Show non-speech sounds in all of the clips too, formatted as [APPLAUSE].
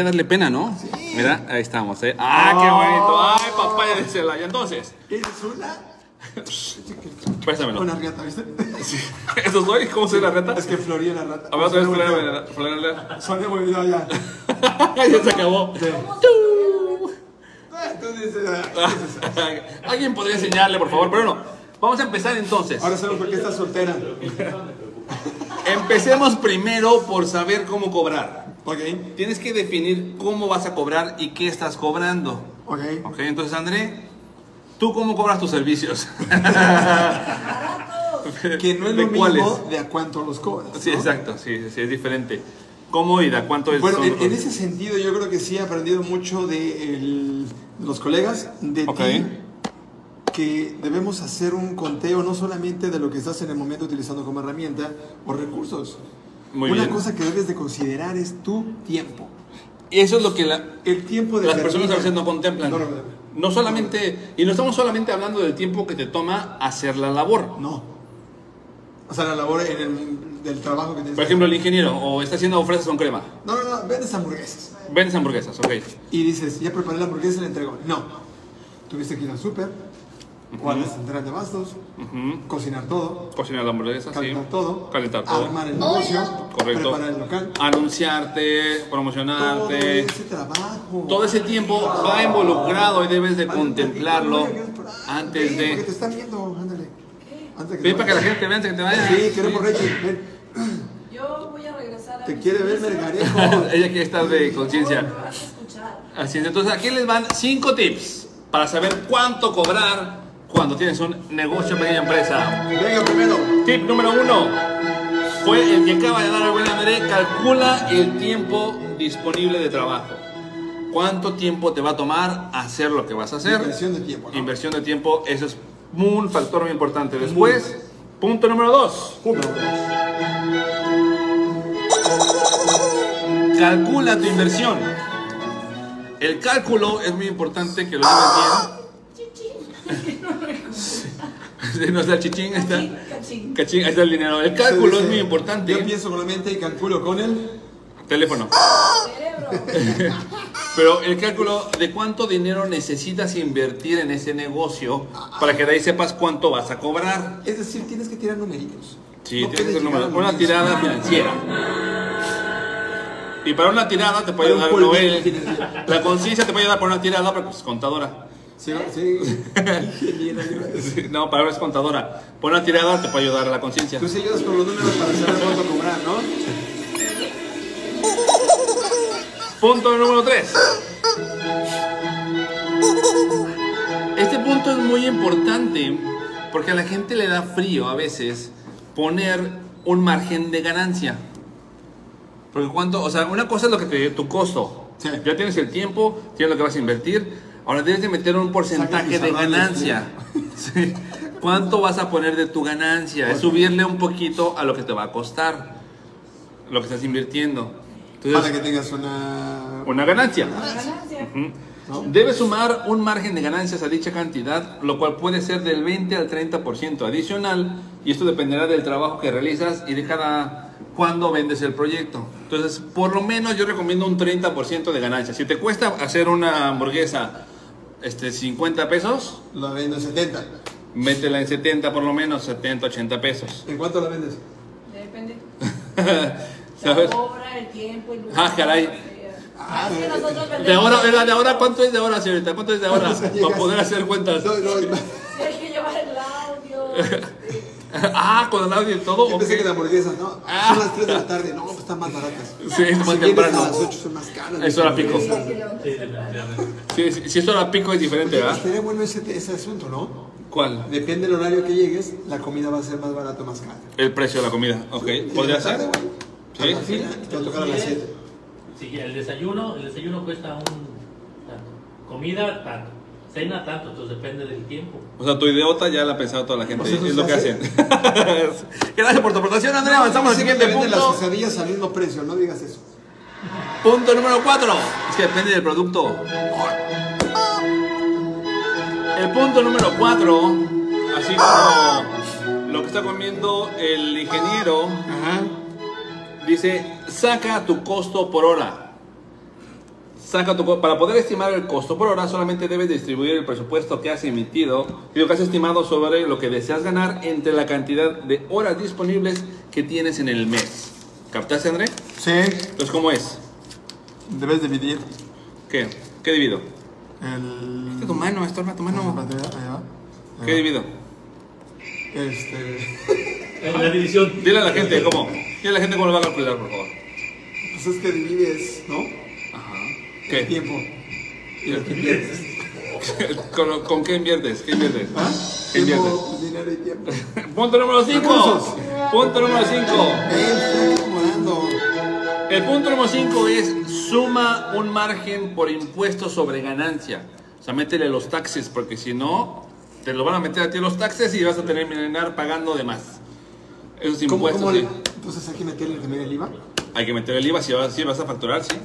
a darle pena, ¿no? Mira, ahí estamos, ¿eh? ¡Ah, qué bonito! ¡Ay, papaya de Celaya! Entonces, ¿Eres una? préstamelo. Una riata, ¿viste? [LAUGHS] ¿Eso soy? ¿Cómo soy la reta? [LAUGHS] Es que floría la rata. A ver, otra vez, Suena muy Florela, Florela. feo. Suena muy bien, ya. [LAUGHS] Ya se acabó. ¡Tú! Entonces, eh, Alguien podría enseñarle, por favor, pero no. Vamos a empezar entonces. ahora sabemos por qué estás soltera. Empecemos primero por saber cómo cobrar. Ok, Tienes que definir cómo vas a cobrar y qué estás cobrando. ok. Ok, entonces André, ¿tú cómo cobras tus servicios? [LAUGHS] Que no es ¿De lo cuáles? mismo de a cuánto los cobras. Sí, ¿no? exacto, sí, sí, sí, es diferente. ¿Cómo y da cuánto es? Bueno, son- en, en ese sentido yo creo que sí he aprendido mucho de el- los colegas, de Ok. ti, que debemos hacer un conteo no solamente de lo que estás en el momento utilizando como herramienta o recursos. Muy Una bien. cosa que debes de considerar es tu tiempo. Y eso es lo que la- El tiempo de las personas a herramienta- veces no contemplan. No, no, no. No solamente, y no estamos solamente hablando del tiempo que te toma hacer la labor. No. O sea, la labor en el, del trabajo que tienes. Por ejemplo, el ingeniero, o está haciendo fresas con crema, no, no, no, vendes hamburguesas. vendes hamburguesas, ok. Y dices, ya preparé la hamburguesa y la entrego. No. Tuviste que ir al súper, o a la central de bastos, Ujú. cocinar todo, Cocinar la hamburguesa, sí. calentar todo, Calentar todo. armar el negocio, Correcto. preparar el local. Anunciarte, Todo promocionarte. ese trabajo. Todo ese tiempo va involucrado y debes de Ándale, contemplarlo ándale, ándale, antes Porque te de... están viendo, ándale. Antes de te Ven para que la vayas. gente te vea, antes que te vaya. Sí, queremos Reggie. Ven, Yo voy a regresar a te mi quiere ver servicio. Mergarejo. [LAUGHS] Ella quiere estar de No, conciencia. me vas a escuchar. Así es, entonces aquí les van cinco tips para saber cuánto cobrar cuando tienes un negocio, pequeña empresa. Venga primero. Tip número uno fue el que acaba de dar el buen André, calcula el tiempo disponible de trabajo. ¿Cuánto tiempo te va a tomar hacer lo que vas a hacer? Inversión de tiempo. ¿no? Inversión de tiempo, eso es un factor muy importante. Después, punto número dos, Punto. calcula tu inversión. El cálculo es muy importante que lo lleves [LAUGHS] bien. no está el chichín, está, Cachín, cachín. cachín, ahí está el dinero. El cálculo Dice, es muy importante. ¿eh? Yo pienso con la mente y calculo con él. Teléfono. Cerebro. Pero el cálculo de cuánto dinero necesitas invertir en ese negocio para que de ahí sepas cuánto vas a cobrar. Es decir, tienes que tirar numeritos. Sí, No tienes que hacer puedes llegar número. a lo Una mismo. tirada financiera. Y para una tirada te puede Para un ayudar polvito Noel. financiero. La conciencia te puede ayudar para una tirada, pero pues contadora. Sí, sí. Ingeniera, [LAUGHS] yo- Sí, No, para ahora es contadora. Por una tirada te puede ayudar la conciencia. Tú sí ayudas con los números para saber cuánto cobrar, ¿no? Punto número 3. Este punto es muy importante porque a la gente le da frío a veces poner un margen de ganancia. Porque cuánto, o sea, una cosa es lo que te tu costo. Sí. Ya tienes el tiempo, tienes lo que vas a invertir. Ahora debes de meter un porcentaje tus de arranques, ganancia. [LAUGHS] Sí. ¿Cuánto vas a poner de tu ganancia? Es subirle un poquito a lo que te va a costar, lo que estás invirtiendo. Entonces, Para que tengas una. una ganancia. Ganancia. Debe sumar un margen de ganancias a dicha cantidad, lo cual puede ser del 20 al 30% adicional, y esto dependerá del trabajo que realizas y de cada cuándo vendes el proyecto. Entonces, por lo menos yo recomiendo un 30% de ganancias. Si te cuesta hacer una hamburguesa este 50 pesos, La vendo en 70. métela en 70 por lo menos, 70, 80 pesos. ¿En cuánto la vendes? Depende. ¿Sabes? La obra, el tiempo, el lugar. Ah, caray. Ah, es que nosotros vendemos- De ahora, de ahora, ¿cuánto es de ahora, señorita? ¿Cuánto es de [LAUGHS] ahora? Para Llegas- poder hacer cuentas. No, no, Sí, hay que llevar el audio. [LAUGHS] ah, con el audio y todo. yo pensé ok. que la hamburguesa, ¿no? Ah. Son las 3 de la tarde. No, pues están más baratas. Sí, es más Si vienes temprano. A las 8 son más caras. Es hora pico. Sí, hay que levantar. Sí, sí, si es hora pico es diferente, Oye, ¿verdad? Estaría bueno ese, ese asunto, ¿no? ¿Cuál? Depende del horario que llegues, la comida va a ser más barata o más cara. El precio de la comida, ok. ¿Podría ser? Sí. La Sí. fila, te va a tocar a las 7. Sí, el desayuno, el desayuno cuesta un tanto. Comida tanto. Cena tanto, entonces depende del tiempo. O sea, tu idiota ya la ha pensado toda la gente. Pues eso es lo se que hace. hacen. [LAUGHS] Gracias por tu aportación, Andrea. Avanzamos al siguiente Venden las punto. quesadillas al mismo precio, no digas eso. Punto número 4. Es que depende del producto. El punto número 4, así como lo que está comiendo el ingeniero, Ajá. dice: saca tu costo por hora. Saca tu co- para poder estimar el costo por hora, solamente debes distribuir el presupuesto que has emitido y lo que has estimado sobre lo que deseas ganar entre la cantidad de horas disponibles que tienes en el mes. ¿Captaste, André? Sí, Entonces, ¿cómo es? debes dividir ¿Qué? ¿Qué divido? el... Tu mano, estorba tu mano. Espérate, ahí va, ahí va. ¿Qué divido? Este... En la división. Dile a la gente cómo. Dile a la gente cómo lo va a calcular, por favor. Pues es que divides, ¿no? Ajá. El ¿Qué? tiempo. Y lo que pierdes. [LAUGHS] ¿Con, con qué inviertes? ¿Qué inviertes? ¿Ah? ¿Qué inviertes? Tiempo, dinero y tiempo. Punto número 5. Recursos. Punto número 5. Él está acomodando. El punto número 5 es suma un margen por impuesto sobre ganancia. O sea, métele los taxes, porque si no, te lo van a meter a ti los taxes y vas a tener que terminar pagando de más. Esos ¿Cómo, impuestos, cómo le- sí. Pues Entonces hay que meterle también el IVA. Hay que meter el IVA si vas, si vas a facturar, sí.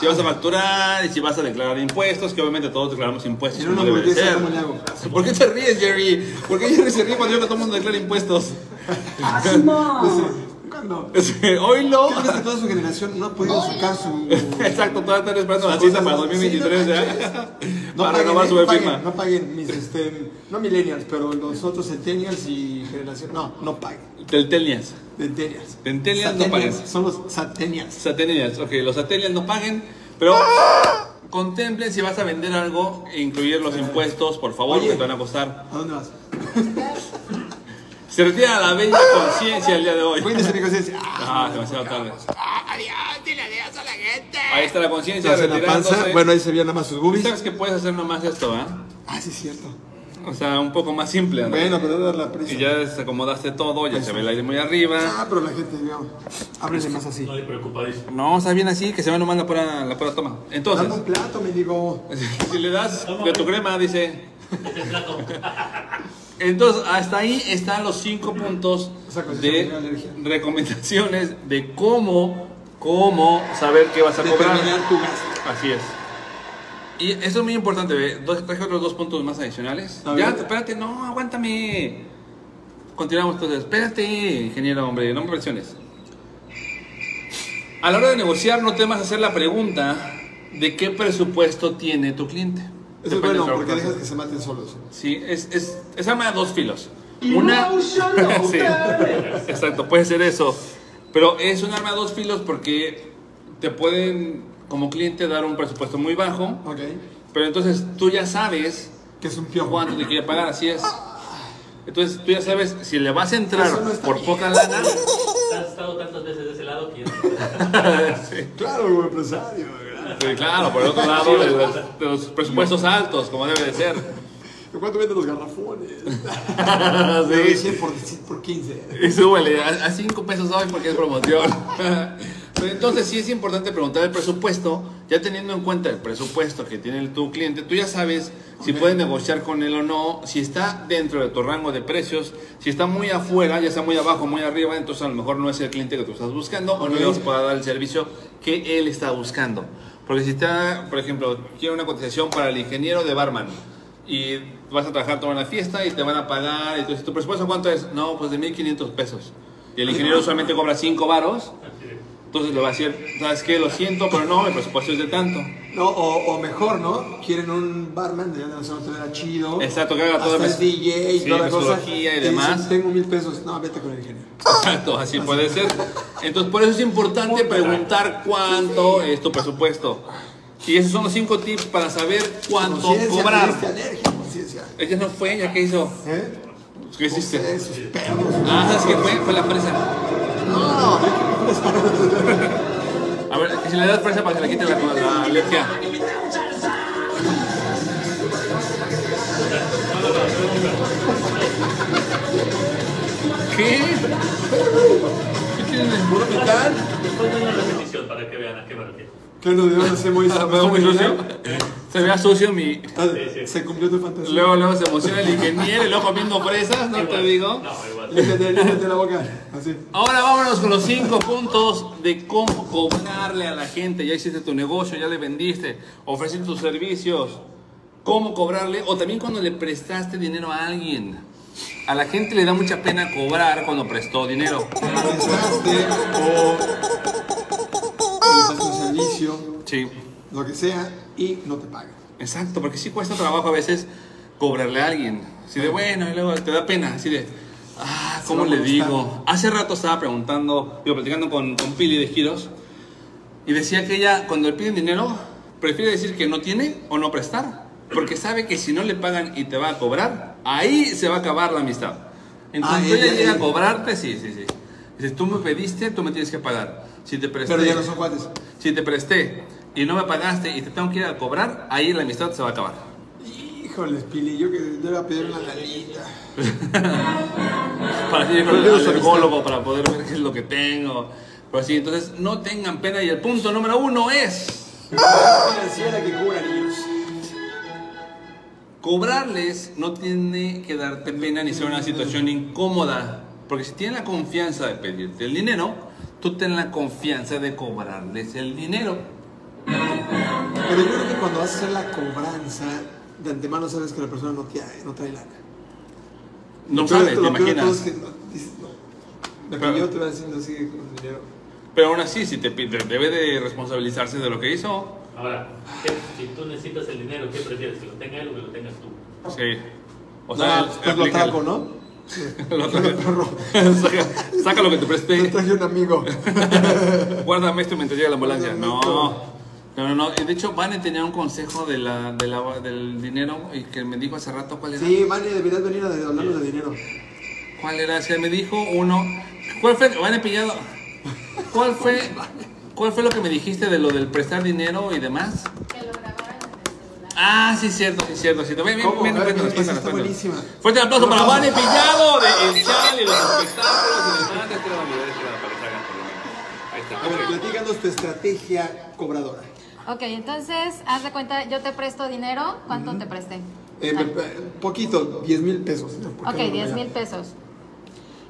Si vas a facturar y si vas a declarar impuestos, que obviamente todos declaramos impuestos. En una como debe de hamburguesa, ser. ¿cómo le hago? ¿Por qué te ríes, Jerry? ¿Por qué Jerry se ríe cuando yo que todo el mundo declara impuestos? [LAUGHS] Entonces, ¿cuándo? Hoy no. ¿Tú crees que toda este su generación no ha podido sacar su... Exacto, todavía están esperando la cita para Sí, no 2023 ya. [LAUGHS] manches. No ¿eh? para paguen, renovar eh, su no firma. paguen, No paguen mis, este, no millennials, pero los otros centennials y generación, no, no paguen. Teltenias. Centennials. Centennials no Satenials, paguen. Son los satenials. Satenias. Ok, los satenias no paguen, pero contemplen si vas a vender algo e incluir los impuestos, por favor, Oye. que te van a costar. ¿A [LAUGHS] dónde vas? Se retira a la bella conciencia el día de hoy. Cuídense mi conciencia. [LAUGHS] Ah, Ah, demasiado tarde. Ahí está la conciencia hace la panza. retirándose. Bueno, ahí se veían nada más sus boobies. ¿Sabes que puedes hacer nomás esto, ah? Ah, sí, es cierto. O sea, un poco más simple, Andrés. Bueno, pero era la prisa. Y ya desacomodaste todo, ya se ve el aire muy arriba. Ah, pero la gente, vio. Ábrele más así. No le preocupáis. No, está bien así, que se ve nomás la pura, la pura toma. Entonces, Dame un plato, me digo. [LAUGHS] si le das de tu crema, dice. Este plato. Entonces, hasta ahí están los cinco puntos O sea, con de eso me dio alergia. recomendaciones de cómo, cómo saber qué vas a cobrar. Determinar tu gasto. Así es. Y eso es muy importante, ve. Dos, traje otros dos puntos más adicionales. A Ya, ver. espérate, no, aguántame. Continuamos entonces. Espérate, ingeniero, hombre, no me presiones. A la hora de negociar, no temas hacer la pregunta de qué presupuesto tiene tu cliente. Eso es Depende del bueno, trabajo porque que dejas haces. que se maten solos. Sí, es, es, es arma de dos filos. Una. [LAUGHS] [LAUGHS] Sí, exacto, puede ser eso. Pero es un arma de dos filos porque te pueden, como cliente, dar un presupuesto muy bajo. Ok. Pero entonces tú ya sabes Que es un piojo. cuánto te quiere pagar, así es. Entonces tú ya sabes si le vas a entrar Eso no está por bien. poca lana. Has estado tantas veces de ese lado que ya- Sí, Claro, como empresario. ¿verdad? sí, pues claro, por el otro lado, de los, de los presupuestos altos, como debe de ser. ¿Cuánto venden los [LAUGHS] garrafones? Sí. 100 por, 100 por 15. [LAUGHS] Y súbele a, a cinco pesos hoy porque es promoción. [LAUGHS] Pero entonces sí es importante preguntar el presupuesto, ya teniendo en cuenta el presupuesto que tiene el- tu cliente, tú ya sabes si Ok. puedes negociar con él o no, si está dentro de tu rango de precios, si está muy afuera, ya sea muy abajo, muy arriba, entonces a lo mejor no es el cliente que tú estás buscando o no Ok. le vas a poder dar el servicio que él está buscando. Porque si está, por ejemplo, quiere una cotización para el ingeniero de barman y vas a trabajar toda una fiesta y te van a pagar, entonces tu presupuesto cuánto es? No, pues de 1500 pesos. Y el ingeniero usualmente cobra 5 varos, entonces le va a decir, ¿sabes qué? Lo siento, pero no, el presupuesto es de tanto. [LAUGHS] No, o, o mejor, ¿no? Quieren un barman de la zona hotelera chido. Exacto, que haga toda Hasta mes- el DJ y sí, toda la cosa. mixología y Te dicen, demás. Tengo mil pesos. No, vete con el ingeniero. Exacto, así puede ser. Entonces, por eso es importante preguntar cuánto es tu presupuesto. Y esos son los cinco tips para saber cuánto Conciencia, cobrar. me diste alergia, conciencia. Ella no fue, ella qué hizo. ¿Eh? ¿Qué hiciste? Esos perros. Ah, ¿sabes qué fue? Fue la presa. No, [LAUGHS] A ver, si le das presa para que le quite la, la alergia. ¿Qué? ¿Qué tiene? ¿Puro metal? Después de una repetición para que vean a qué me refiero. ¿Qué nos dio [LAUGHS] ese Ah, ¿me veo muy sucio? Se vea sucio mi... Sí, sí. Ah, Se cumplió tu fantasía. Luego, luego se emociona el ingeniero y luego comiendo presas, no te Igual. digo. No, igual. Límpiate, límpiate la boca. Así. Ahora vámonos con los cinco puntos de cómo cobrarle a la gente. Ya hiciste tu negocio, ya le vendiste, ofreciste tus servicios. Cómo cobrarle, o también cuando le prestaste dinero a alguien. A la gente le da mucha pena cobrar cuando prestó dinero. Empezaste o. Empezaste un servicio. Sí. lo que sea, y no te pagan. Exacto, porque sí cuesta trabajo a veces cobrarle a alguien. Así de bueno, y luego te da pena, así de, ah, ¿cómo Se va le molestando. digo? Hace rato estaba preguntando, digo, platicando con, con Pili de Giros, y decía que ella, cuando le piden dinero, prefiere decir que no tiene o no prestar, porque sabe que si no le pagan y te va a cobrar, ahí se va a acabar la amistad. En Ah, cuanto ella- ella, llega a ella- cobrarte, sí, sí, sí. Dice, tú me pediste, tú me tienes que pagar. Si te presté, Pero ya no son cuates. si te presté y no me pagaste y te tengo que ir a cobrar, ahí la amistad se va a acabar. Híjoles, Pili, yo que te voy a pedir una lanita. Para así ir con Perdido el su alergólogo, para poder ver qué es lo que tengo. Pero sí, entonces no tengan pena. Y el punto número uno es Financiera que cura, niños. cobrarles no tiene que darte pena ni ser una situación incómoda. Porque si tienen la confianza de pedirte el dinero, tú ten la confianza de cobrarles el dinero. Pero yo creo que cuando vas a hacer la cobranza, de antemano sabes que la persona no, te, no trae lana. No Pero sabes, te lo peor de todo es imaginas. que no- dices, no. Me Pero- pidió, te va diciendo así con dinero. Pero aún así, si te pide, debe de responsabilizarse de lo que hizo. Ahora, ¿qué- si tú necesitas el dinero, ¿qué prefieres? ¿Que lo tenga él o que lo tengas tú? Sí. O Ah, sea, pues lo aplica el- trajo, ¿no? Lo Yo traje. [LAUGHS] lo trajo. saca, saca lo que te Lo presté. traje un amigo. Guárdame esto mientras llega la ambulancia. No. Guárdame No, no, no. Y De hecho, Vane tenía un consejo de la, de la- del dinero y que me dijo hace rato cuál era. Sí, Vane, deberías venir a hablarnos de dinero. ¿Cuál era? Se me dijo uno. ¿Cuál fue? Vane Pillado. ¿Cuál fue? [LAUGHS] ¿Cuál fue lo que me dijiste de lo del prestar dinero y demás? Que lo grabaran en el celular. Ah, sí, cierto, sí, cierto. cierto. Ven, ven, ¿Cómo? ven, A ver, cuéntanos, esa cuéntanos, está cuéntanos. buenísima. Fuerte el aplauso para No. Vane Pillado de El Chal y los espectáculos y los grandes de la humanidad, de la pareja. Ahí está. A ver, platícanos tu estrategia cobradora. Ok, entonces, haz de cuenta, yo te presto dinero, ¿cuánto te presté? Eh, me- eh, poquito, 10 mil pesos. Ok, 10 mil pesos.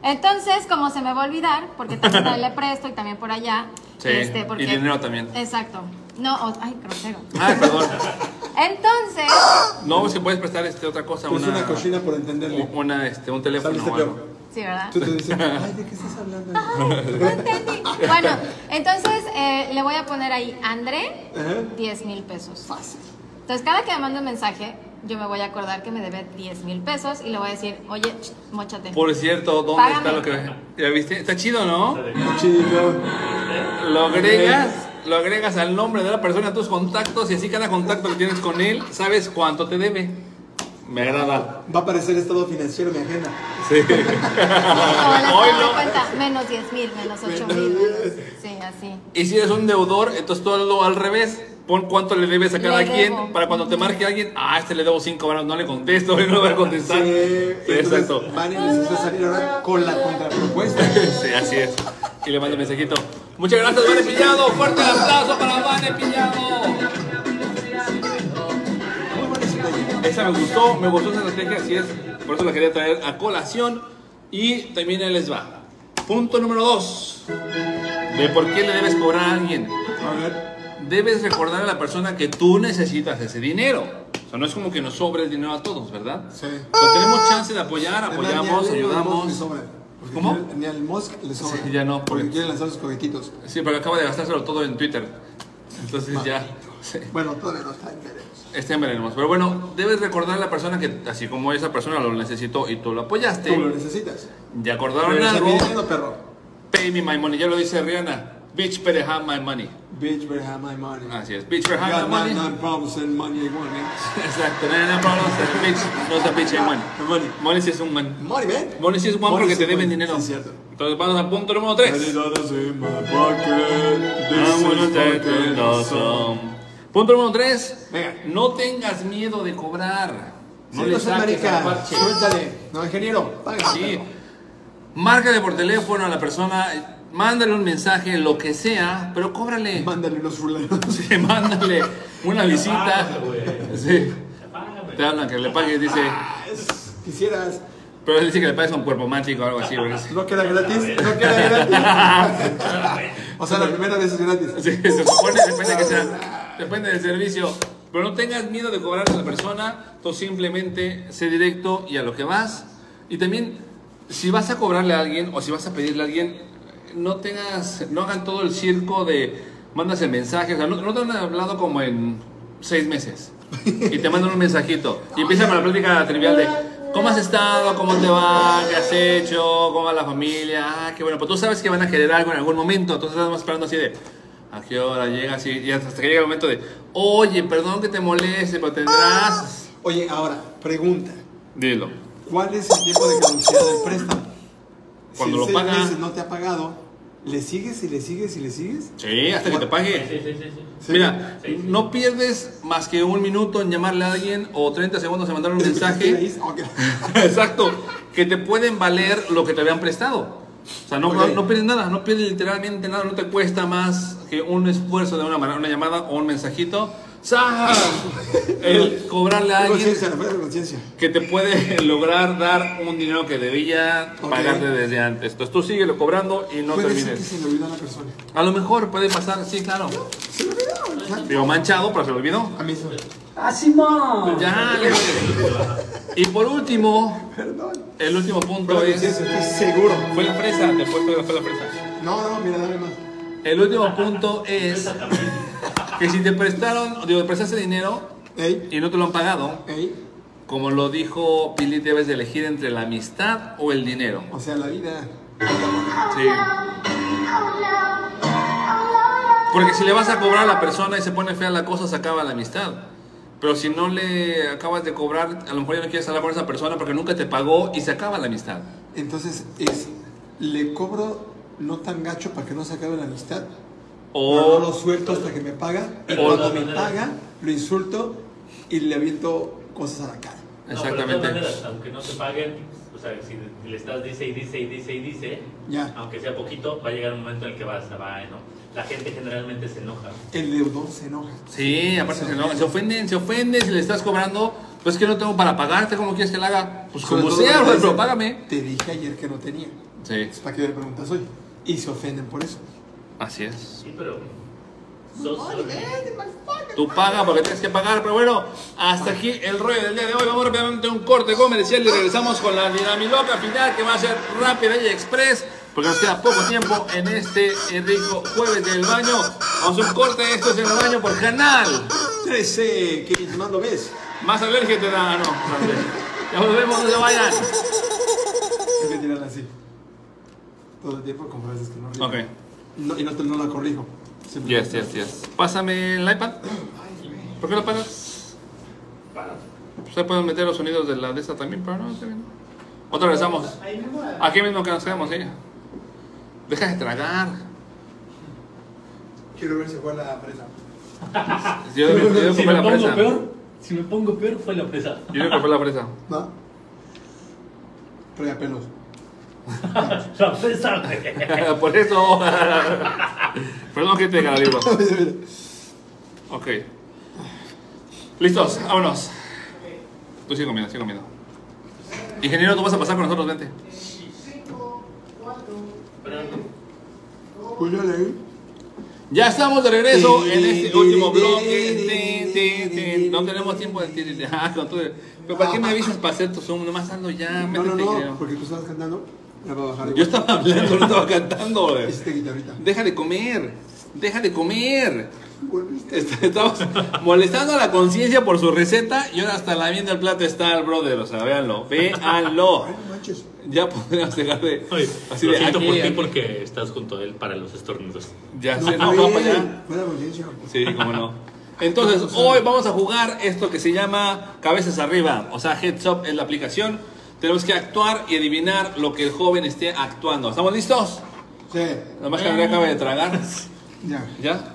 Entonces, como se me va a olvidar, porque también [LAUGHS] ahí le presto y también por allá. este, Sí, y dinero también. Ah. Exacto. No, o- ay, grosero. Ay, perdón. Entonces, No, es que puedes prestar este, otra cosa. Es una cochina por entenderle. una, este, un teléfono. Saliste o peor. algo. sí, ¿verdad? Tú te dices, [LAUGHS] ay, ¿de qué estás hablando? No entendí. Bueno, entonces eh, le voy a poner ahí André, Ajá. 10 mil pesos. Fácil. Entonces, cada que me mande un mensaje, yo me voy a acordar que me debe 10 mil pesos y le voy a decir, oye, ch, móchate. Por cierto, ¿dónde Págame. está lo que.? ¿Ya viste? Está chido, ¿no? Chido. Lo agregas, lo agregas al nombre de la persona, a tus contactos, y así cada contacto que tienes con él, sabes cuánto te debe. Me agrada. Va a aparecer estado financiero, mi agenda. Sí. Como la Hoy toma de no. cuenta, menos 10 mil, menos 8 mil. Menos menos- Sí, así. Y si eres un deudor, entonces todo lo al revés. Pon cuánto le debes a Le cada debo. quien para cuando te marque alguien. Ah, este le debo 5 horas, no le contesto, [LAUGHS] no le voy a contestar. Sí, exacto. Van y necesita salir ahora con la contrapropuesta. [LAUGHS] Sí, así es. Y le mando un mensajito. Muchas gracias, Vane Pillado. Fuerte el aplauso para Vane Pillado. Muy buena estrategia. Esa me gustó, me gustó esa estrategia, así es. Por eso la quería traer a colación. Y también ahí les va. Punto número dos. De por qué le debes cobrar a alguien. A ver. Debes recordar a la persona que tú necesitas ese dinero. O sea, no es como que nos sobre el dinero a todos, ¿verdad? Sí. Pero tenemos chance de apoyar, apoyamos, Además, ni al Elon Musk le ayudamos. sobra, porque ¿Cómo? ni al- Ni al Musk le sobra. Sí, ya no, pues. Porque porque- quiere lanzar sus coquetitos. Sí, porque acaba de gastárselo todo en Twitter. Entonces ya. sí. Bueno, todavía no está en veremos. Este en veremos. Pero bueno, debes recordar a la persona que, así como esa persona lo necesitó y tú lo apoyaste, Tú lo necesitas. ya acordaron Regresa mi algo. dinero, perro. Pay me my money, ya lo dice Rihanna. Bitch better have my money. Bitch, where have my money? Así es, bitch better have Got my money. nine, nine problems and money ain't one, man. [LAUGHS] Exacto, no, no, no, no, bitch, no es a bitch, es money. The money. Money sí es un man. Money, man. Money sí es one Money porque is te one. deben dinero. Pues. Sí, es cierto. Entonces vamos al punto número 3. $20 in my pocket. This is fucking awesome. Punto número 3. Venga. No tengas miedo de cobrar. No Sí, le no seas saques al marica. parche. Suéltale. No, ingeniero, paga. Sí. perro. Márcale por teléfono a la persona, mándale un mensaje, lo que sea, pero cóbrale. [LAUGHS] Mándale los fulanos. Sí, mándale una visita. pago, güey. Sí. Apágame. Te hablan que le pagues, dice. Quisieras. Pero él dice que le pagues con cuerpo mágico o algo así, güey. No queda gratis. [LAUGHS] No queda gratis. [LAUGHS] o sea, la primera vez es gratis. [LAUGHS] Sí, se supone, depende, que sea, depende del servicio. Pero no tengas miedo de cobrarle a la persona, tú simplemente sé directo y a lo que vas. Y también, si vas a cobrarle a alguien o si vas a pedirle a alguien, no tengas, no hagan todo el circo de mandas el mensaje, o sea, no, no te han hablado como en seis meses. Y te mandan un mensajito. Y empieza con la plática trivial de ¿Cómo has estado? ¿Cómo te va? ¿Qué has hecho? ¿Cómo va la familia? Ah, qué bueno. Pues tú sabes que van a querer algo en algún momento. Entonces estamos esperando así de ¿A qué hora llegas? Y y hasta que llega el momento de Oye, perdón que te moleste, pero tendrás... Oye, ahora, pregunta. Dilo. ¿Cuál es el tiempo de caducidad del préstamo? Cuando si lo en seis paga. meses no te ha pagado, ¿le sigues y le sigues y le sigues? Sí, hasta que te Sí, pague. sí, sí, sí, sí. Sí. Mira, Sí, sí. no pierdes más que un minuto en llamarle a alguien o 30 segundos en mandar un mensaje. Ok. [LAUGHS] Exacto, que te pueden valer lo que te habían prestado. O sea, no, no- Ok. no pierdes nada, no pierdes literalmente nada, no te cuesta más que un esfuerzo de una, mara- una llamada o un mensajito. ¡Sas! El cobrarle a Fue alguien conciencia, la fue de conciencia. que te puede [LAUGHS] lograr dar un dinero que debía Ok. pagarte desde antes. Entonces tú síguelo cobrando y no Puede ser que termines. se le olvidó a la persona. A lo mejor puede pasar, sí, claro. Se le olvidó. Digo, manchado, pero se lo olvidó. A mí se me Ah. Ya, le- Y por último, Perdón. el último Fue punto la es. conciencia, estoy seguro. Fue la presa, te fue, fue la presa. No, no, mira, dame más. El último punto es Exactamente. que si te prestaron, digo, te prestaste dinero Ey, y no te lo han pagado, ey. como lo dijo Pili, debes de elegir entre la amistad o el dinero. O sea, la vida. Sí. Porque si le vas a cobrar a la persona y se pone fea la cosa, se acaba la amistad. Pero si no le acabas de cobrar, a lo mejor ya no quieres hablar con esa persona porque nunca te pagó y se acaba la amistad. Entonces es, le cobro no tan gacho para que no se acabe la amistad. O no lo suelto hasta que me paga. Y O- cuando me paga, lo insulto y le aviento cosas a la cara. No, pero de todas Exactamente. maneras, aunque no te paguen, o sea, si le estás dice y dice y dice y dice, Ya. aunque sea poquito, va a llegar un momento en el que vas a va, ¿no? La gente generalmente se enoja. El deudor se enoja. Sí, aparte se, enojan, se ofenden, se ofenden si le estás cobrando. Pues que no tengo para pagarte, ¿cómo quieres que la haga? Pues Sobre como todo sea, cuando pero dicen, págame. Te dije ayer que no tenía. Sí, Es para que le preguntas hoy. Y se ofenden por eso. así es. Sí, pero. Sos, Tú paga porque tienes que pagar, pero bueno, hasta aquí el rollo del día de hoy. Vamos rápidamente a un corte comercial y regresamos con la dinamiloca final que va a ser rápida y express. Porque nos queda poco tiempo en este rico jueves del baño. Vamos a un corte, esto es en el baño por canal. 13, que no lo ves. Más alergia te da, ah, no. Ya volvemos, no se vayan. Hay que tirarla así. Todo el tiempo con frases que no riman. Ok. No, y no, te, no la corrijo. Siempre- Yes, yes, yes. Pásame el iPad. ¿Por qué lo pagas? Se pueden meter los sonidos de la de esta también, pero no, está bien. Otra regresamos. Aquí mismo que nos quedamos, ¿eh? Deja de tragar. Quiero ver si fue la presa. Yo yo creo que Si fue me la pongo presa. peor, si me pongo peor, fue la presa. Yo [LAUGHS] creo que fue la presa. [LAUGHS] ¿No? Pero ya pelos. [LAUGHS] La presa, güey. Por eso. [LAUGHS] Perdón que te libro. Mira, mira. Ok. Listos, vámonos. Tú sigue comiendo, sigue comiendo. Ingeniero, tú vas a pasar con nosotros, vente. Pues yo leí. Ya estamos de regreso en este último bloque. Tin, tin, tin. No tenemos tiempo de decir. [LAUGHS] Ah, con todo el- Pero ¿para qué me avisas para hacer tu zoom? Nomás ando ya. No, no, métete, no, creo. porque tú estabas cantando. La va a bajar. Yo igual. estaba [LAUGHS] hablando, no estaba cantando. güey. Hiciste [LAUGHS] guitarrita. Deja de comer. Deja de comer. [LAUGHS] Volviste. Est- Estamos molestando a la conciencia por su receta y ahora hasta la vienda del plato está el brother. O sea, véanlo. Véanlo. Ay, no manches. Ya podríamos dejar de. Ay, Así lo de siento por aquí, ti aquí. porque estás junto a él para los estornudos. Ya No, se no, fue va él. para allá. Fue la conciencia. Sí, cómo no. [LAUGHS] Entonces, hoy vamos a jugar esto que se llama Cabezas Arriba, o sea, Heads Up es la aplicación. Tenemos que actuar y adivinar lo que el joven esté actuando. ¿Estamos listos? Sí, Nada más que Andrea acaba de tragar. ya. [LAUGHS] ¿Ya?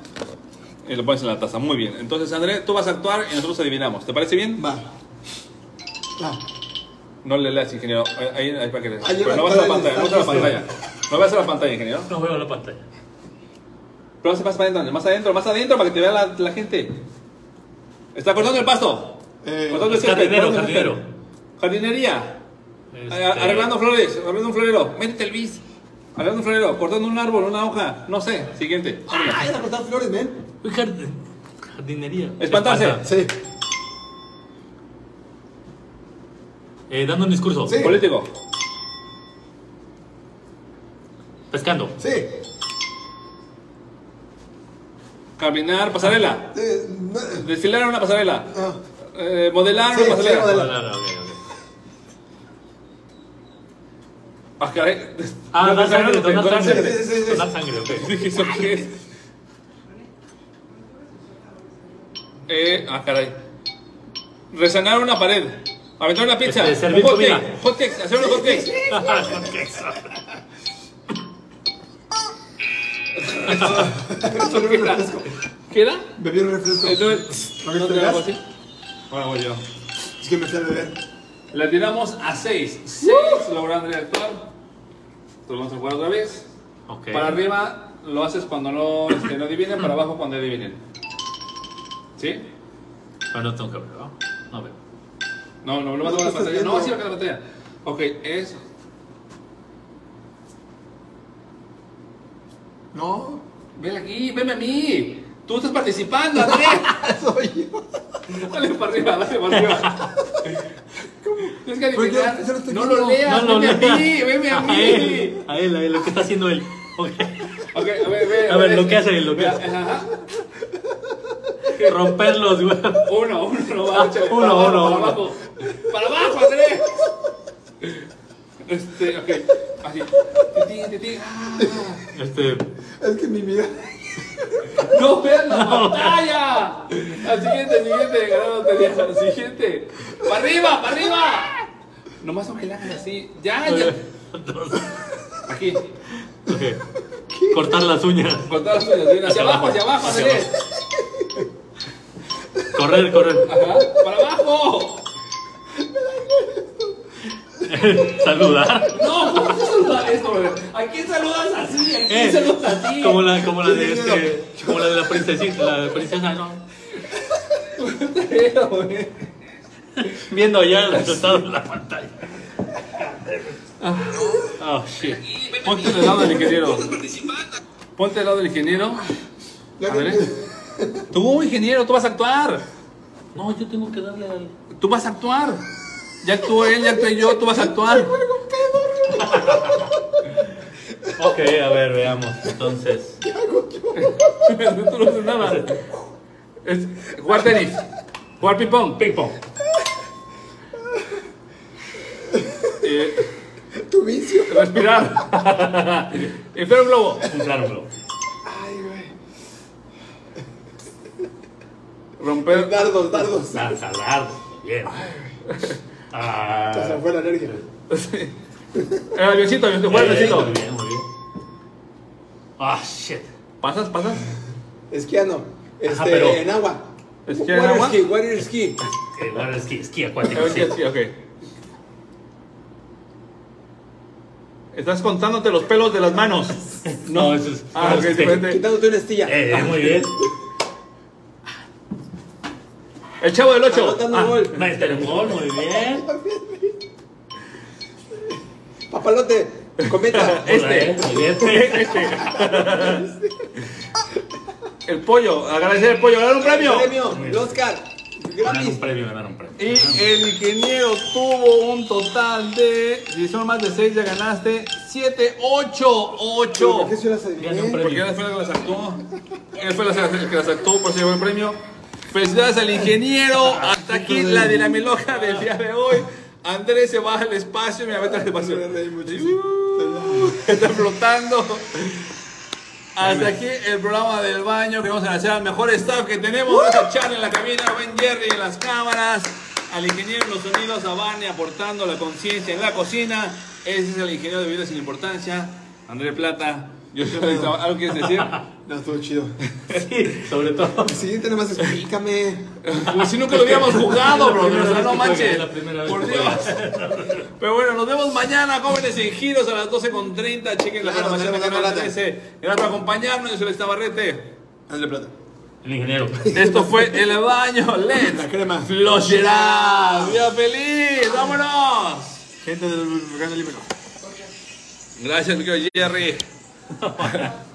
Y lo pones en la taza. Muy bien. Entonces, Andrea, tú vas a actuar y nosotros adivinamos. ¿Te parece bien? Va. Va. No le leas, ingeniero. Ahí, ahí para que le Ahí Pero no va, vas a la ahí pantalla, no vas a está, la ahí está. pantalla. No vas a la pantalla, ingeniero. No veo la pantalla. Pero vas más para adentro, más adentro, más adentro para que te vea la, la gente. Está cortando el pasto. Eh, Cortando el césped, jardinero, cortando el césped. jardinero. Jardinería. Este, A- Arreglando flores, arreglando un florero. Métete el bis. Arreglando un florero, cortando un árbol, una hoja. No sé. Siguiente. Ay, a cortar flores, men. uy, jardin- Jardinería. Espantarse. Espanta. Sí. Eh, dando un discurso. Sí. Político. Pescando. Sí. Caminar, pasarela. Eh, no, Desfilar una pasarela. [LAUGHS] ah, Eh, modelar Sí, una sí, pasarela. modelar. Modelar, ok, Ah, ok. Ah, caray. Ah, dar sangre, donar Donar sangre. Sí, sí, sí. Donar sangre, ok. [LAUGHS] Dije, ¿eso qué es? Eh, ah, caray. Resanar una pared. Aventar una pizza. Este, servir un hot comida. cake. Hot cakes, hacer unos hot cakes. [LAUGHS] ¿Eso qué era? ¿Qué era? Beber un refresco. Entonces, ¿No viste Eh, ¿no te el hago gas? así? Ahora voy yo. Es que me fui a beber. La tiramos a 6. 6 logra Andrea actuar. Entonces vamos a jugar otra vez. Ok. Para arriba lo haces cuando no, este, no adivinen, para abajo cuando adivinen. ¿Sí? Pero no tengo que ver, ¿no? No veo. No, no, lo vas a No, ver la no estás pantalla. No, viendo. sí va a quedar la pantalla. Ok, eso. No, Ven aquí, venme a mí. Tú estás participando, Andrea. [LAUGHS] soy yo. Dale para arriba, dale para arriba. Tienes que Pero Pues yo- adivinar. yo no estoy No viendo. lo leas, No, no, venme a no. mí, venme a A mí. él, a él, a él, lo que está haciendo él. Ok. Ok, a ver, ve, A ver, lo es- que hace, lo que ve, hace. Ajá. Romperlos, güey. Uno, uno, [LAUGHS] va, échale, uno, para abajo, para uno, uno. abajo. Para abajo, Andrés. Este, ok. Así. Titín, titín. Ah. Este. Es que mi vida. ¡No vean la pantalla! Al siguiente, siguiente, ganamos pelea. Al siguiente. ¡Para arriba, para arriba! Nomás ojelan así. Ya, ya. Dos. Aquí. Ok. Cortar las uñas. Con todas las tuyas. bien, Hacia abajo, hacia abajo, Andrés. Correr, correr. [LAUGHS] Ajá. Para abajo. Saludar. No, ¿por qué saludas esto, brother? ¿A quién saludas así? ¿A quién Eh, saludas así? como la, como la de Sí, sí, este, como la de la princesita, la [LAUGHS] princesa, no. güey. Viendo ya el resultado de la pantalla. Ah. Oh, shit. Ponte del lado del ingeniero. Ponte del lado del ingeniero. Ya A que- ver. Tú, ingeniero, tú vas a actuar. No, yo tengo que darle al. Tú vas a actuar. Ya actuó él, ya actué yo, tú vas a actuar. Ok, a ver, veamos. Entonces. tú no haces nada. Es jugar tenis. Jugar ping pong. Ping pong. Tu vicio. eh, respirar. Inflar un globo. Usarlo. Ay, güey. Romper. Dardos, dardos. Ah. Salar. Bien. O sea, [LAUGHS] Ah, fue la energía. El Eh, avioncito, avioncito, jugar bien, avioncito. eh, muy bien, muy bien. Ah, shit. Pasas, pasas. Esquiando. Este, Ajá, pero- en agua. ¿Esquiar en agua? Water ski, water ski. Eh, bueno, esquí, esquí acuático. sí. Eh, Sí, ok. Estás contándote los pelos de las manos. No, eso es. Ah, ok, este, diferente. Quitándote una estilla. Eh, muy bien. El chavo del 8. Anotando un gol. Maestro Gol, muy bien. Papalote. [LAUGHS] Cometa. Este. Muy bien. Este. El pollo. Agradecer el pollo. Ganar un premio. Premio. El Oscar. Ganar un Gratis. premio, ganar un premio. Y el ingeniero tuvo un total de. Si son más de 6, ya ganaste 7, 8, 8. ¿Por qué se las Gané un adiviné? premio. Porque él fue el que las actuó. Él fue la- el que las actuó, por si llevó el premio. Felicidades al ingeniero. Hasta aquí la dinamiloca del día de hoy. Andrés se baja al espacio, me mete al espacio. Me reí muchísimo. [LAUGHS] Está flotando. Hasta aquí el programa del baño. Queremos agradecer al mejor staff que tenemos. Gracias a Charlie en la cabina, a Ben Jerry en las cámaras, al ingeniero en los sonidos, a Vane aportando la conciencia en la cocina. Ese es el ingeniero de vida sin importancia, André Plata. Yo soy Alex Zavala. ¿Algo quieres decir? No, estuvo chido. [LAUGHS] Sí, sobre todo. El siguiente nomás explícame. Pues si nunca lo habíamos jugado, Es la bro. primera O sea, vez no que juega, manches. es la primera vez Por que Dios. Pero bueno, nos vemos mañana, jóvenes en giros a las 12.30. Chequen la Claro, programación de nos vemos Canal mañana. 13. Gracias por acompañarnos. Yo soy Alex Tabarrete. André Plata. El ingeniero. Esto fue El Baño. Let's La crema. Flosherá. Vida feliz. Vámonos. Gente del Volcán del Líbano. Gracias, mi querido Jerry.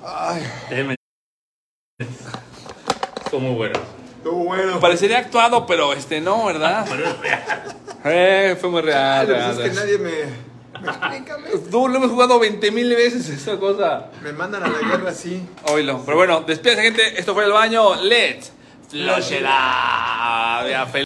Ay, Déjenme. Estuvo muy bueno. estuvo bueno. Parecería actuado, [LAUGHS] pero este no, ¿verdad? Eh, fue muy real, Pues real, es que real. nadie me. Explícame. Tú lo hemos jugado 20 mil veces esta cosa. Me mandan a la guerra así. Oílo. Pero bueno, despídense, gente. Esto fue el baño. Let's flush it out.